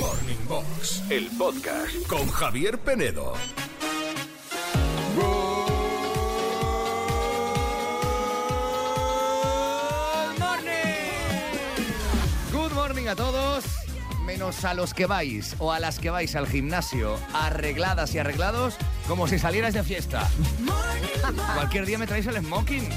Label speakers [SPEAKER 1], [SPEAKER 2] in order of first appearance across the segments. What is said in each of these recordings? [SPEAKER 1] Morning Box, el podcast con Javier Penedo.
[SPEAKER 2] Good morning. Good morning a todos, menos a los que vais o a las que vais al gimnasio arregladas y arreglados como si salierais de fiesta. Cualquier día me traéis el smoking.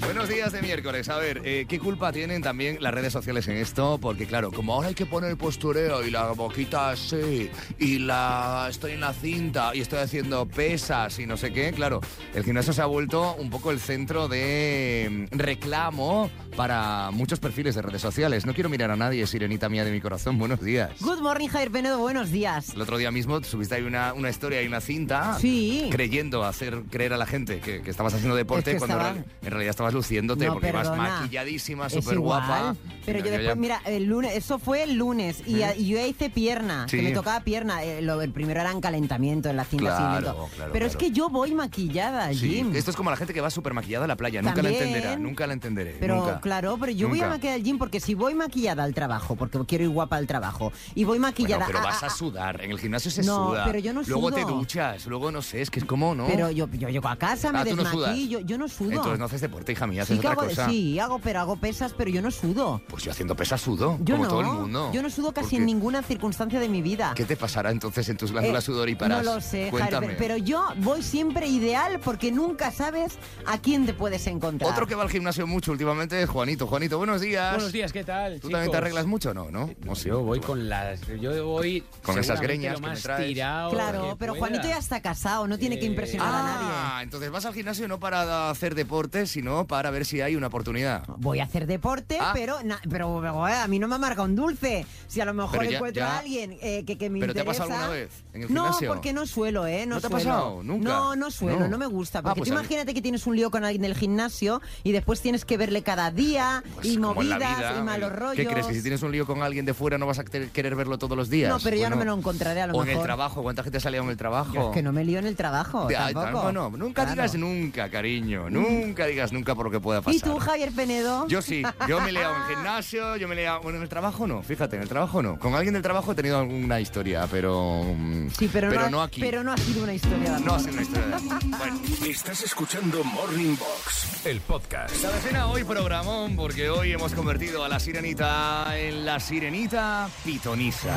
[SPEAKER 2] Buenos días de miércoles. A ver, eh, ¿qué culpa tienen también las redes sociales en esto? Porque claro, como ahora hay que poner postureo y la boquita así, y la estoy en la cinta y estoy haciendo pesas y no sé qué, claro, el gimnasio se ha vuelto un poco el centro de mm, reclamo para muchos perfiles de redes sociales. No quiero mirar a nadie, sirenita mía de mi corazón. Buenos días.
[SPEAKER 3] Good morning, Javier Penedo, buenos días.
[SPEAKER 2] El otro día mismo subiste ahí una, una historia y una cinta
[SPEAKER 3] Sí.
[SPEAKER 2] creyendo hacer creer a la gente que, que estabas haciendo deporte
[SPEAKER 3] Es que
[SPEAKER 2] cuando en
[SPEAKER 3] estaba-
[SPEAKER 2] real- en realidad estabas luciéndote
[SPEAKER 3] No,
[SPEAKER 2] porque ibas
[SPEAKER 3] perdona.
[SPEAKER 2] maquilladísima,
[SPEAKER 3] Es
[SPEAKER 2] súper
[SPEAKER 3] igual,
[SPEAKER 2] guapa.
[SPEAKER 3] Pero yo después, mira, el lunes, eso fue el lunes y, a- y yo hice pierna,
[SPEAKER 2] Sí.
[SPEAKER 3] que me tocaba pierna. eh, lo- el primero era en calentamiento, en la cinta así,
[SPEAKER 2] Claro,
[SPEAKER 3] lento.
[SPEAKER 2] claro,
[SPEAKER 3] Pero es
[SPEAKER 2] claro.
[SPEAKER 3] que yo voy maquillada,
[SPEAKER 2] Sí,
[SPEAKER 3] Jim.
[SPEAKER 2] esto es como la gente que va súper maquillada a la playa. Nunca la
[SPEAKER 3] También.
[SPEAKER 2] entenderá, nunca la entenderé.
[SPEAKER 3] Pero
[SPEAKER 2] nunca.
[SPEAKER 3] claro, pero yo voy a
[SPEAKER 2] Nunca.
[SPEAKER 3] maquillar al gym porque si voy maquillada al trabajo, porque quiero ir guapa al trabajo, y voy
[SPEAKER 2] Bueno,
[SPEAKER 3] maquillada.
[SPEAKER 2] pero
[SPEAKER 3] a-
[SPEAKER 2] vas
[SPEAKER 3] a-
[SPEAKER 2] a sudar. En el gimnasio se
[SPEAKER 3] No,
[SPEAKER 2] suda.
[SPEAKER 3] pero yo no
[SPEAKER 2] luego te
[SPEAKER 3] sudo.
[SPEAKER 2] duchas, luego no sé, es que es como, ¿no?
[SPEAKER 3] Pero yo, yo llego a casa,
[SPEAKER 2] Ah,
[SPEAKER 3] me
[SPEAKER 2] tú no sudas.
[SPEAKER 3] desmaquillo, yo no sudo.
[SPEAKER 2] Entonces no haces deporte, hija mía, haces
[SPEAKER 3] sí, que
[SPEAKER 2] otra
[SPEAKER 3] hago,
[SPEAKER 2] cosa.
[SPEAKER 3] sí, hago, pero hago pesas, pero yo no sudo.
[SPEAKER 2] Pues yo haciendo pesas sudo,
[SPEAKER 3] Yo
[SPEAKER 2] como
[SPEAKER 3] no.
[SPEAKER 2] todo el mundo.
[SPEAKER 3] Yo no sudo
[SPEAKER 2] ¿Por
[SPEAKER 3] casi
[SPEAKER 2] qué?
[SPEAKER 3] en ninguna circunstancia de mi vida.
[SPEAKER 2] ¿Qué te pasará entonces en tus
[SPEAKER 3] Eh,
[SPEAKER 2] glándulas sudoríparas?
[SPEAKER 3] No lo sé,
[SPEAKER 2] Cuéntame.
[SPEAKER 3] Javier, pero yo voy siempre ideal porque nunca sabes a quién te puedes encontrar.
[SPEAKER 2] Otro que va al gimnasio mucho últimamente es Juanito. Juanito, buenos días.
[SPEAKER 4] Buenos días, ¿qué tal?
[SPEAKER 2] ¿Tú también te
[SPEAKER 4] chicos?
[SPEAKER 2] arreglas mucho o no? ¿No? ¿O sí?
[SPEAKER 4] Yo voy con las. Yo voy.
[SPEAKER 2] Con esas
[SPEAKER 4] seguramente
[SPEAKER 2] greñas
[SPEAKER 4] lo
[SPEAKER 2] que me
[SPEAKER 4] más
[SPEAKER 2] traes.
[SPEAKER 4] tirado
[SPEAKER 3] Claro,
[SPEAKER 4] que
[SPEAKER 3] pero
[SPEAKER 4] pueda.
[SPEAKER 3] Juanito ya está casado, no tiene que
[SPEAKER 4] Eh,
[SPEAKER 3] impresionar a
[SPEAKER 2] Ah, entonces vas al gimnasio no para hacer deporte, sino para ver si hay una oportunidad.
[SPEAKER 3] nadie. Voy a hacer deporte,
[SPEAKER 2] Ah.
[SPEAKER 3] pero, na- pero, eh, a mí no me amarga un dulce. Si a lo mejor
[SPEAKER 2] Pero ya-
[SPEAKER 3] encuentro
[SPEAKER 2] ya.
[SPEAKER 3] a alguien eh, que, que me
[SPEAKER 2] ¿Pero te ha
[SPEAKER 3] interesa.
[SPEAKER 2] pasado alguna vez en el
[SPEAKER 3] no,
[SPEAKER 2] gimnasio?
[SPEAKER 3] porque no suelo, ¿eh? No,
[SPEAKER 2] ¿No te ha
[SPEAKER 3] suelo.
[SPEAKER 2] pasado? ¿Nunca?
[SPEAKER 3] No, no suelo,
[SPEAKER 2] No.
[SPEAKER 3] no, me gusta.
[SPEAKER 2] Ah,
[SPEAKER 3] Porque
[SPEAKER 2] pues
[SPEAKER 3] tú
[SPEAKER 2] a mí-
[SPEAKER 3] imagínate que tienes un lío con alguien del gimnasio y después tienes que verle cada día
[SPEAKER 2] Pues
[SPEAKER 3] y
[SPEAKER 2] como en la
[SPEAKER 3] movidas
[SPEAKER 2] vida,
[SPEAKER 3] y malos
[SPEAKER 2] ¿qué
[SPEAKER 3] rollos.
[SPEAKER 2] ¿Qué crees? ¿Que si tienes un lío con alguien de fuera no vas a querer querer verlo todos los días?
[SPEAKER 3] No, pero ya no me lo encontraré a lo
[SPEAKER 2] o en el
[SPEAKER 3] mejor.
[SPEAKER 2] trabajo. ¿Cuánta gente salía en el trabajo?
[SPEAKER 3] Que no me lío en el trabajo.
[SPEAKER 2] Ay, tan-
[SPEAKER 3] tampoco.
[SPEAKER 2] bueno, nunca
[SPEAKER 3] Claro.
[SPEAKER 2] digas nunca, cariño. Nunca digas nunca por lo que pueda pasar.
[SPEAKER 3] ¿Y tú, Javier Penedo?
[SPEAKER 2] Yo sí, yo me leo en gimnasio, yo me leo. Bueno, en el trabajo no, fíjate, en el trabajo no. Con alguien del trabajo he tenido alguna historia, pero. mm,
[SPEAKER 3] Sí, pero, no, ha-
[SPEAKER 2] aquí.
[SPEAKER 3] Pero no ha sido una historia de
[SPEAKER 2] No ha
[SPEAKER 3] amor.
[SPEAKER 2] sido una historia de amor. Bueno.
[SPEAKER 1] Estás escuchando Morning Box, el podcast.
[SPEAKER 2] La vecina hoy programón porque hoy hemos convertido a la sirenita en la sirenita pitonisa.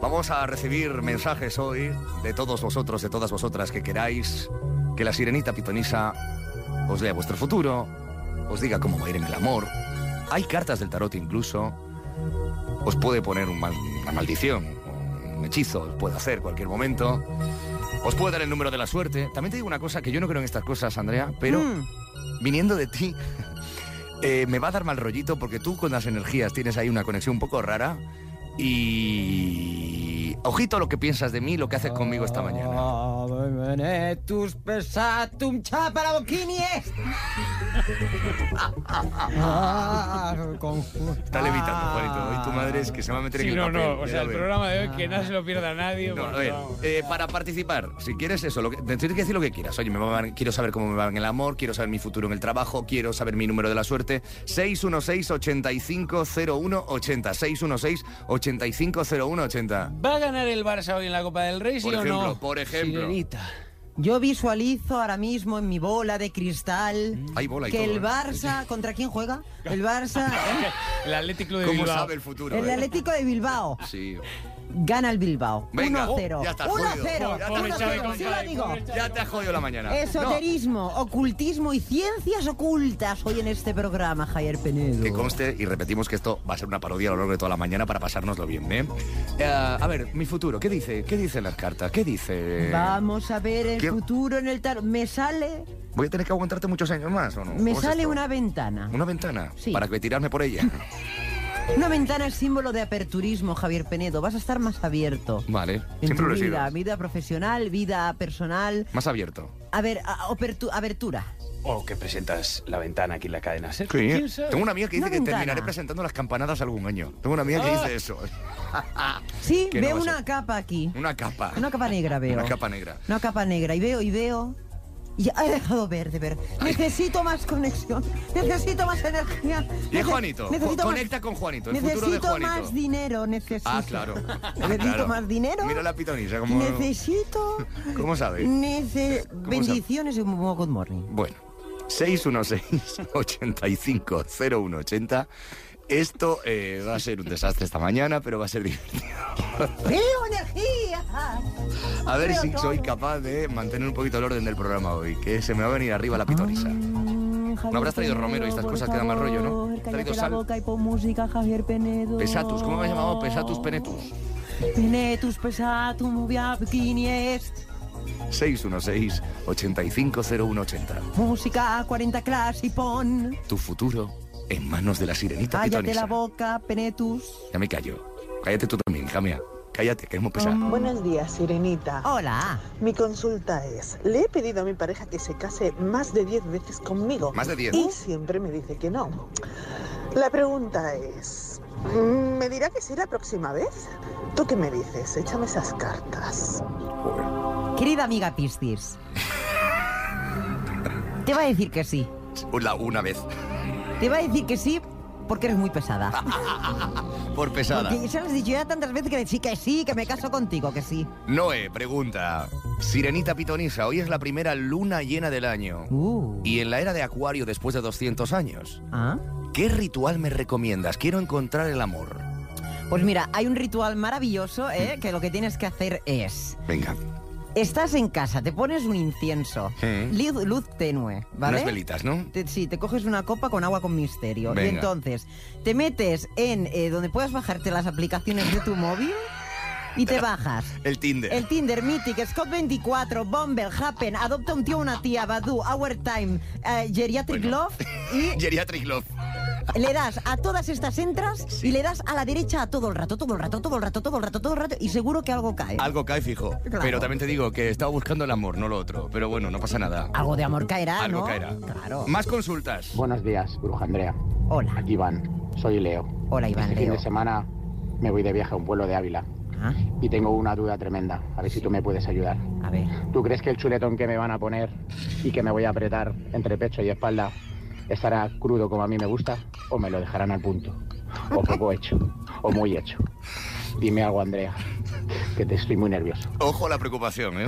[SPEAKER 2] Vamos a recibir mensajes hoy de todos vosotros, de todas vosotras que queráis que la sirenita pitonisa os lea vuestro futuro, os diga cómo va a ir en el amor. Hay cartas del tarot incluso. Os puede poner un mal- una maldición, un hechizo, os puede hacer cualquier momento. Os puede dar el número de la suerte. También te digo una cosa que yo no creo en estas cosas, Andrea, pero
[SPEAKER 3] Mm,
[SPEAKER 2] viniendo de ti, eh, me va a dar mal rollito porque tú con las energías tienes ahí una conexión un poco rara y... Ojito a lo que piensas de mí, lo que haces conmigo esta mañana.
[SPEAKER 4] mañana.
[SPEAKER 3] Tus pesatum chaparaboquinies.
[SPEAKER 2] Está levitando, Juanito. Y tu madre es que se va a meter
[SPEAKER 4] Sí,
[SPEAKER 2] en el
[SPEAKER 4] no,
[SPEAKER 2] papel.
[SPEAKER 4] no. O
[SPEAKER 2] Ya
[SPEAKER 4] sea,
[SPEAKER 2] lo
[SPEAKER 4] el
[SPEAKER 2] veo.
[SPEAKER 4] programa de
[SPEAKER 3] Ah.
[SPEAKER 4] hoy que no se lo pierda a nadie.
[SPEAKER 2] No, a
[SPEAKER 4] porque
[SPEAKER 2] ver,
[SPEAKER 4] vamos.
[SPEAKER 2] eh, para participar, si quieres eso, lo que, te tienes que decir lo que quieras. Oye, me va mal- quiero saber cómo me va en el amor, quiero saber mi futuro en el trabajo, quiero saber mi número de la suerte. 616-850180. 616-850180.
[SPEAKER 4] ¿Va a ganar el Barça hoy en la Copa del Rey, sí
[SPEAKER 2] Por
[SPEAKER 4] o
[SPEAKER 2] ejemplo,
[SPEAKER 4] no?
[SPEAKER 2] por ejemplo.
[SPEAKER 4] Sirenita.
[SPEAKER 3] Yo visualizo ahora mismo en mi bola de cristal
[SPEAKER 2] Hay bola y
[SPEAKER 3] que
[SPEAKER 2] todo,
[SPEAKER 3] el
[SPEAKER 2] ¿eh?
[SPEAKER 3] Barça. ¿Contra quién juega? El Barça. ¿eh?
[SPEAKER 4] El Athletic Club de
[SPEAKER 2] ¿Cómo
[SPEAKER 4] Bilbao.
[SPEAKER 2] sabe el futuro?
[SPEAKER 3] El
[SPEAKER 2] eh?
[SPEAKER 3] Atlético de Bilbao.
[SPEAKER 2] Sí.
[SPEAKER 3] Gana el Bilbao.
[SPEAKER 2] Venga.
[SPEAKER 3] 1-0.
[SPEAKER 2] Oh, ya está, jodido. Ya está,
[SPEAKER 3] 1-0. 1-0.
[SPEAKER 4] jodido.
[SPEAKER 3] Sí lo digo.
[SPEAKER 2] Ya te has jodido la mañana.
[SPEAKER 3] Esoterismo, ocultismo y ciencias ocultas hoy en este programa, Javier Penedo.
[SPEAKER 2] No, que conste y repetimos que esto va a ser una parodia a lo largo de toda la mañana para pasárnoslo bien, ¿eh? Eh, a ver, mi futuro, ¿qué dice? ¿Qué dicen las cartas? ¿Qué dice?
[SPEAKER 3] Vamos a ver el
[SPEAKER 2] eh. ¿Qué-
[SPEAKER 3] futuro en el tarot. Me sale,
[SPEAKER 2] ¿Voy a tener que aguantarte muchos años más o no?
[SPEAKER 3] me
[SPEAKER 2] ¿Cómo es
[SPEAKER 3] sale
[SPEAKER 2] esto?
[SPEAKER 3] una ventana.
[SPEAKER 2] ¿Una ventana?
[SPEAKER 3] Sí.
[SPEAKER 2] Para que tirarme por ella.
[SPEAKER 3] Una ventana es símbolo de aperturismo, Javier Penedo. Vas a estar más abierto.
[SPEAKER 2] vale,
[SPEAKER 3] En
[SPEAKER 2] siempre
[SPEAKER 3] tu
[SPEAKER 2] lo he sido.
[SPEAKER 3] vida, vida profesional, vida personal.
[SPEAKER 2] Más abierto.
[SPEAKER 3] A ver, a- apertu- abertura.
[SPEAKER 5] O Oh, que presentas la ventana aquí en la cadena SER.
[SPEAKER 4] ¿Quién sabe?
[SPEAKER 2] Tengo una amiga que dice
[SPEAKER 3] Una
[SPEAKER 2] que
[SPEAKER 3] ventana. Oh.
[SPEAKER 2] terminaré presentando las campanadas algún año. Tengo una amiga que dice eso.
[SPEAKER 3] Sí,
[SPEAKER 2] Que no
[SPEAKER 3] veo
[SPEAKER 2] va a
[SPEAKER 3] una
[SPEAKER 2] ser.
[SPEAKER 3] capa aquí.
[SPEAKER 2] Una capa.
[SPEAKER 3] Una capa negra veo.
[SPEAKER 2] Una capa negra.
[SPEAKER 3] Una capa negra. Y veo, y veo. Ya he dejado ver de ver. Necesito más conexión. Necesito más energía.
[SPEAKER 2] Y
[SPEAKER 3] nece-
[SPEAKER 2] Juanito,
[SPEAKER 3] necesito
[SPEAKER 2] co-
[SPEAKER 3] más-
[SPEAKER 2] conecta con Juanito, el
[SPEAKER 3] necesito
[SPEAKER 2] futuro de Juanito.
[SPEAKER 3] más dinero, necesito.
[SPEAKER 2] Ah, claro.
[SPEAKER 3] Necesito
[SPEAKER 2] Claro.
[SPEAKER 3] más dinero.
[SPEAKER 2] Mira la pitonisa, como...
[SPEAKER 3] Necesito.
[SPEAKER 2] ¿Cómo sabe?
[SPEAKER 3] Nece-
[SPEAKER 2] ¿Cómo
[SPEAKER 3] Bendiciones y un good morning.
[SPEAKER 2] Bueno, 616-850180. Esto eh, va a ser un desastre esta mañana, pero va a ser divertido.
[SPEAKER 3] ¡Veo energía!
[SPEAKER 2] A ver
[SPEAKER 3] Veo
[SPEAKER 2] si soy
[SPEAKER 3] todo.
[SPEAKER 2] capaz de mantener un poquito el orden del programa hoy, que se me va a venir arriba la pitonisa.
[SPEAKER 6] ¿No habrás traído Romero y estas cosas que dan más rollo, no?
[SPEAKER 2] ¿Has traído sal?
[SPEAKER 6] boca y pon música, Javier Penedo.
[SPEAKER 2] Pesatus, ¿cómo me llamado? Pesatus Penetus.
[SPEAKER 6] Penetus, pesatus, movia, bikini es.
[SPEAKER 2] 616-850180.
[SPEAKER 3] Música 40 class y pon.
[SPEAKER 2] Tu futuro en manos de la sirenita
[SPEAKER 3] Cállate
[SPEAKER 2] pitonisa.
[SPEAKER 3] la boca, Penetus.
[SPEAKER 2] Ya me callo. Cállate tú también, hija mía. Cállate, que hemos pesado.
[SPEAKER 7] Buenos días, Sirenita.
[SPEAKER 3] Hola.
[SPEAKER 7] Mi consulta es, le he pedido a mi pareja que se case más de 10 veces conmigo
[SPEAKER 2] Más de 10.
[SPEAKER 7] y siempre me dice que no. La pregunta es, mm, ¿me dirá que sí la próxima vez? ¿Tú qué me dices? Échame esas cartas.
[SPEAKER 3] Querida amiga Piscis. Te va a decir que sí.
[SPEAKER 2] Una, una vez.
[SPEAKER 3] Te va a decir que sí porque eres muy
[SPEAKER 6] Ah,
[SPEAKER 3] pesada.
[SPEAKER 2] Por pesada.
[SPEAKER 3] Porque ya lo has dicho ya tantas veces que sí, que sí, que me caso contigo, que sí.
[SPEAKER 2] Noé pregunta. Sirenita pitonisa, hoy es la primera luna llena del año.
[SPEAKER 3] Uh.
[SPEAKER 2] Y en la era de Acuario después de 200 años.
[SPEAKER 3] Ah.
[SPEAKER 2] ¿Qué ritual me recomiendas? Quiero encontrar el amor.
[SPEAKER 3] Pues mira, hay un ritual maravilloso ¿eh? que lo que tienes que hacer es...
[SPEAKER 2] Venga,
[SPEAKER 3] Estás en casa, te pones un incienso,
[SPEAKER 2] Mm.
[SPEAKER 3] luz, luz tenue, ¿vale?
[SPEAKER 2] unas velitas, ¿no?
[SPEAKER 3] Te- sí, te coges una copa con agua con misterio. Y
[SPEAKER 2] Venga.
[SPEAKER 3] entonces te metes en eh, donde puedas bajarte las aplicaciones de tu móvil y te bajas.
[SPEAKER 2] El Tinder.
[SPEAKER 3] El Tinder, Mythic, Scott 24, Bumble, Happen, Adopta un tío, una tía, Badu, Our Time, eh, Geriatric
[SPEAKER 2] Bueno.
[SPEAKER 3] Love y
[SPEAKER 2] Geriatric Love.
[SPEAKER 3] le das a todas estas entras
[SPEAKER 2] Sí.
[SPEAKER 3] y le das a la derecha a todo el rato, todo el rato, todo el rato, todo el rato, todo el rato y seguro que algo cae.
[SPEAKER 2] Algo cae fijo.
[SPEAKER 3] Claro.
[SPEAKER 2] Pero también te digo que estaba buscando el amor, no lo otro. Pero bueno, no pasa nada.
[SPEAKER 3] Algo de amor caerá,
[SPEAKER 2] Algo
[SPEAKER 3] Ah, ¿no?
[SPEAKER 2] caerá.
[SPEAKER 3] Claro.
[SPEAKER 2] Más consultas.
[SPEAKER 8] Buenos días, Bruja Andrea.
[SPEAKER 3] Hola.
[SPEAKER 8] Aquí Iván, soy Leo.
[SPEAKER 3] Hola, Iván,
[SPEAKER 8] Este
[SPEAKER 3] Leo.
[SPEAKER 8] fin de semana me voy de viaje a un pueblo de Ávila
[SPEAKER 3] Ah,
[SPEAKER 8] y tengo una duda tremenda. A ver si tú me puedes ayudar.
[SPEAKER 3] a ver.
[SPEAKER 8] ¿Tú crees que el chuletón que me van a poner y que me voy a apretar entre pecho y espalda estará crudo como a mí me gusta o me lo dejarán al punto? O poco hecho, o muy hecho. Dime algo, Andrea, que te estoy muy nervioso.
[SPEAKER 2] Ojo a la preocupación, ¿eh?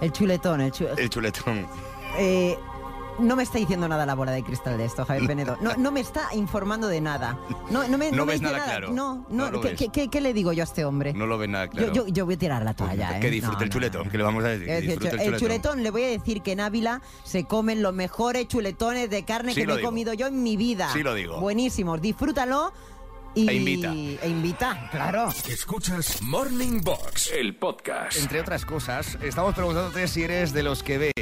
[SPEAKER 3] El chuletón, el chuletón.
[SPEAKER 2] El chuletón.
[SPEAKER 3] Eh, no me está diciendo nada la bola de cristal de esto, Javier Penedo. No, no me está informando de nada. No, no me,
[SPEAKER 2] No ves
[SPEAKER 3] me dice
[SPEAKER 2] nada claro.
[SPEAKER 3] No,
[SPEAKER 2] No
[SPEAKER 3] no.
[SPEAKER 2] lo
[SPEAKER 3] ¿qué-
[SPEAKER 2] ves.
[SPEAKER 3] qué, qué- qué le digo yo a este hombre?
[SPEAKER 2] No lo ven nada
[SPEAKER 3] Yo-
[SPEAKER 2] claro. Pues
[SPEAKER 3] yo, yo voy a tirar la toalla, ¿eh?
[SPEAKER 2] Que disfrute
[SPEAKER 3] No,
[SPEAKER 2] el
[SPEAKER 3] no,
[SPEAKER 2] chuletón,
[SPEAKER 3] no.
[SPEAKER 2] que le vamos a decir. que
[SPEAKER 3] Es decir,
[SPEAKER 2] disfrute
[SPEAKER 3] el, chuletón. le voy a decir que en Ávila se comen los mejores chuletones de carne
[SPEAKER 2] Sí
[SPEAKER 3] que
[SPEAKER 2] lo
[SPEAKER 3] me he
[SPEAKER 2] digo.
[SPEAKER 3] comido yo en mi vida.
[SPEAKER 2] Sí lo digo.
[SPEAKER 3] Buenísimos, disfrútalo y...
[SPEAKER 2] E invita.
[SPEAKER 3] E invita, claro.
[SPEAKER 1] Escuchas Morning Box, el podcast.
[SPEAKER 2] Entre otras cosas, estamos preguntándote si eres de los que ve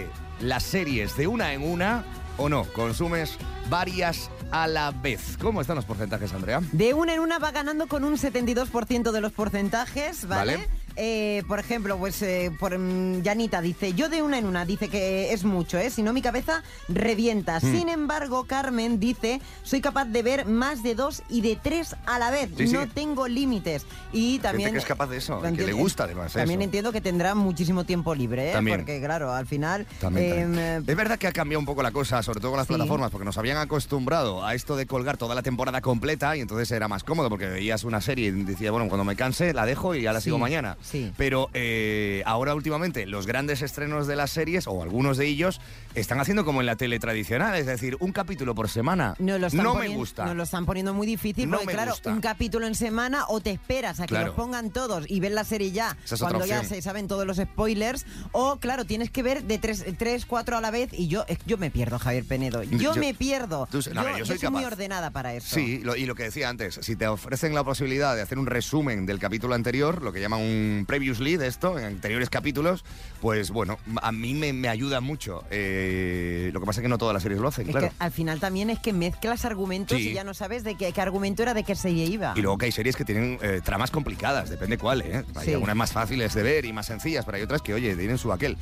[SPEAKER 2] las series de una en una o no. Consumes varias a la vez. ¿Cómo están los porcentajes, Andrea?
[SPEAKER 3] De una en una va ganando con un 72% de los porcentajes, ¿vale?
[SPEAKER 2] Vale.
[SPEAKER 3] Eh, por ejemplo, pues eh, por, mm, Janita dice, yo de una en una, dice que es mucho, ¿eh? Si no, mi cabeza revienta.
[SPEAKER 2] Hmm.
[SPEAKER 3] Sin embargo, Carmen dice, soy capaz de ver más de dos y de tres a la vez.
[SPEAKER 2] Sí, sí.
[SPEAKER 3] no tengo límites. Y también...
[SPEAKER 2] que es capaz de eso,
[SPEAKER 3] también-
[SPEAKER 2] que le gusta además
[SPEAKER 3] También
[SPEAKER 2] eso.
[SPEAKER 3] entiendo que tendrá muchísimo tiempo libre, ¿eh?
[SPEAKER 2] También.
[SPEAKER 3] Porque claro, al final...
[SPEAKER 2] También, también.
[SPEAKER 3] em, eh,
[SPEAKER 2] Es verdad que ha cambiado un poco la cosa, sobre todo con las
[SPEAKER 3] Sí.
[SPEAKER 2] plataformas, porque nos habían acostumbrado a esto de colgar toda la temporada completa y entonces era más cómodo porque veías una serie y decías, bueno, cuando me canse la dejo y ya la
[SPEAKER 3] Sí,
[SPEAKER 2] sigo mañana.
[SPEAKER 3] sí.
[SPEAKER 2] Pero eh, ahora últimamente los grandes estrenos de las series, o algunos de ellos, están haciendo como en la tele tradicional, es decir, un capítulo por semana.
[SPEAKER 3] No, lo están
[SPEAKER 2] me
[SPEAKER 3] poniendo-
[SPEAKER 2] gusta.
[SPEAKER 3] Nos lo están poniendo muy difícil
[SPEAKER 2] No
[SPEAKER 3] porque,
[SPEAKER 2] me
[SPEAKER 3] claro,
[SPEAKER 2] gusta.
[SPEAKER 3] un capítulo en semana o te esperas a que
[SPEAKER 2] Claro.
[SPEAKER 3] los pongan todos y ves la serie ya,
[SPEAKER 2] Esa es otra
[SPEAKER 3] cuando ya
[SPEAKER 2] opción.
[SPEAKER 3] se saben todos los spoilers. O, claro, tienes que ver de tres, tres cuatro a la vez y yo, eh, yo me pierdo, Javier Penedo. Yo,
[SPEAKER 2] Yo-
[SPEAKER 3] me pierdo.
[SPEAKER 2] Tú- no, a ver, yo soy
[SPEAKER 3] muy
[SPEAKER 2] capaz.
[SPEAKER 3] ordenada para eso.
[SPEAKER 2] Sí, lo- y lo que decía antes, si te ofrecen la posibilidad de hacer un resumen del capítulo anterior, lo que llaman un previously de esto, en anteriores capítulos, pues bueno, a mí me, me ayuda mucho. Eh, lo que pasa es que no todas las series lo hacen,
[SPEAKER 3] Es
[SPEAKER 2] claro.
[SPEAKER 3] que al final también es que mezclas argumentos
[SPEAKER 2] Sí.
[SPEAKER 3] y ya no sabes de qué, qué argumento era de qué serie iba.
[SPEAKER 2] Y luego que hay series que tienen eh, tramas complicadas, depende cuál, ¿eh? Hay
[SPEAKER 3] Sí.
[SPEAKER 2] algunas más fáciles de ver y más sencillas, pero hay otras que, oye, tienen su aquel.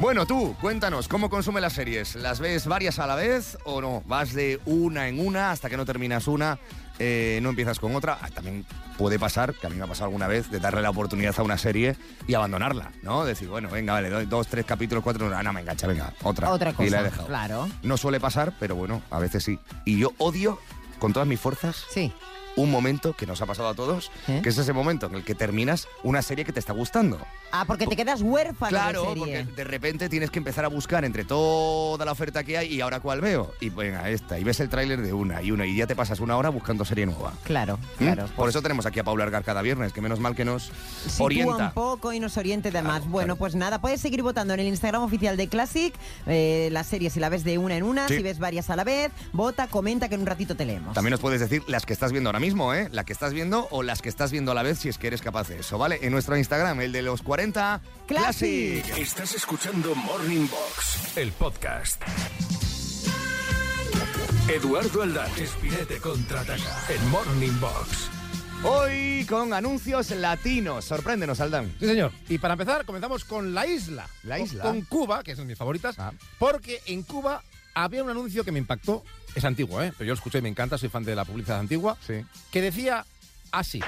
[SPEAKER 2] Bueno, tú, cuéntanos, ¿cómo consume las series? ¿Las ves varias a la vez o no? ¿Vas de una en una hasta que no terminas una? eh, no empiezas con otra. Ah, También puede pasar, que a mí me ha pasado alguna vez, de darle la oportunidad a una serie y abandonarla, ¿no? Decir, bueno, venga, vale, doy dos, tres capítulos, cuatro, ah, no me engancha, venga, otra.
[SPEAKER 9] Otra cosa,
[SPEAKER 2] Y la he dejado.
[SPEAKER 9] claro.
[SPEAKER 2] No suele pasar, pero bueno, a veces sí. Y yo odio, con todas mis fuerzas,
[SPEAKER 9] Sí.
[SPEAKER 2] un momento que nos ha pasado a todos,
[SPEAKER 9] ¿Eh?
[SPEAKER 2] que es ese momento en el que terminas una serie que te está gustando.
[SPEAKER 9] Ah, porque te quedas huérfano de
[SPEAKER 2] Claro,
[SPEAKER 9] serie.
[SPEAKER 2] porque de repente tienes que empezar a buscar entre toda la oferta que hay y ahora cuál veo. Y venga, esta. Y ves el tráiler de una y una y ya te pasas una hora buscando serie nueva.
[SPEAKER 9] Claro,
[SPEAKER 2] ¿Mm?
[SPEAKER 9] claro.
[SPEAKER 2] Por eso tenemos aquí a Paula Argar cada viernes, que menos mal que nos
[SPEAKER 3] pues- sitúa un
[SPEAKER 2] orienta. Ah,
[SPEAKER 3] poco y nos oriente de más.
[SPEAKER 2] Claro,
[SPEAKER 3] bueno,
[SPEAKER 2] claro.
[SPEAKER 3] pues nada, puedes seguir votando en el Instagram oficial de Classic, eh, la serie si la ves de una en una,
[SPEAKER 2] Sí.
[SPEAKER 3] si ves varias a la vez, vota, comenta que en un ratito te leemos.
[SPEAKER 2] También nos puedes decir las que estás viendo ahora mismo, ¿eh? La que estás viendo o las que estás viendo a la vez si es que eres capaz de eso, ¿vale? En nuestro Instagram, el de los 40
[SPEAKER 3] Classic.
[SPEAKER 1] Estás escuchando Morning Box, el podcast. Eduardo Aldán, Espinete contraataca en Morning Box.
[SPEAKER 2] Hoy con anuncios latinos. Sorpréndenos, Aldán.
[SPEAKER 10] Sí, señor. Y para empezar, comenzamos con La Isla.
[SPEAKER 2] La
[SPEAKER 10] Con-
[SPEAKER 2] Isla.
[SPEAKER 10] Con, Cuba, que es una de mis favoritas,
[SPEAKER 2] Ah.
[SPEAKER 10] porque en Cuba había un anuncio que me impactó. Es antiguo, ¿eh? Pero yo lo escuché y me encanta, soy fan de la publicidad antigua.
[SPEAKER 2] Sí.
[SPEAKER 10] Que decía así.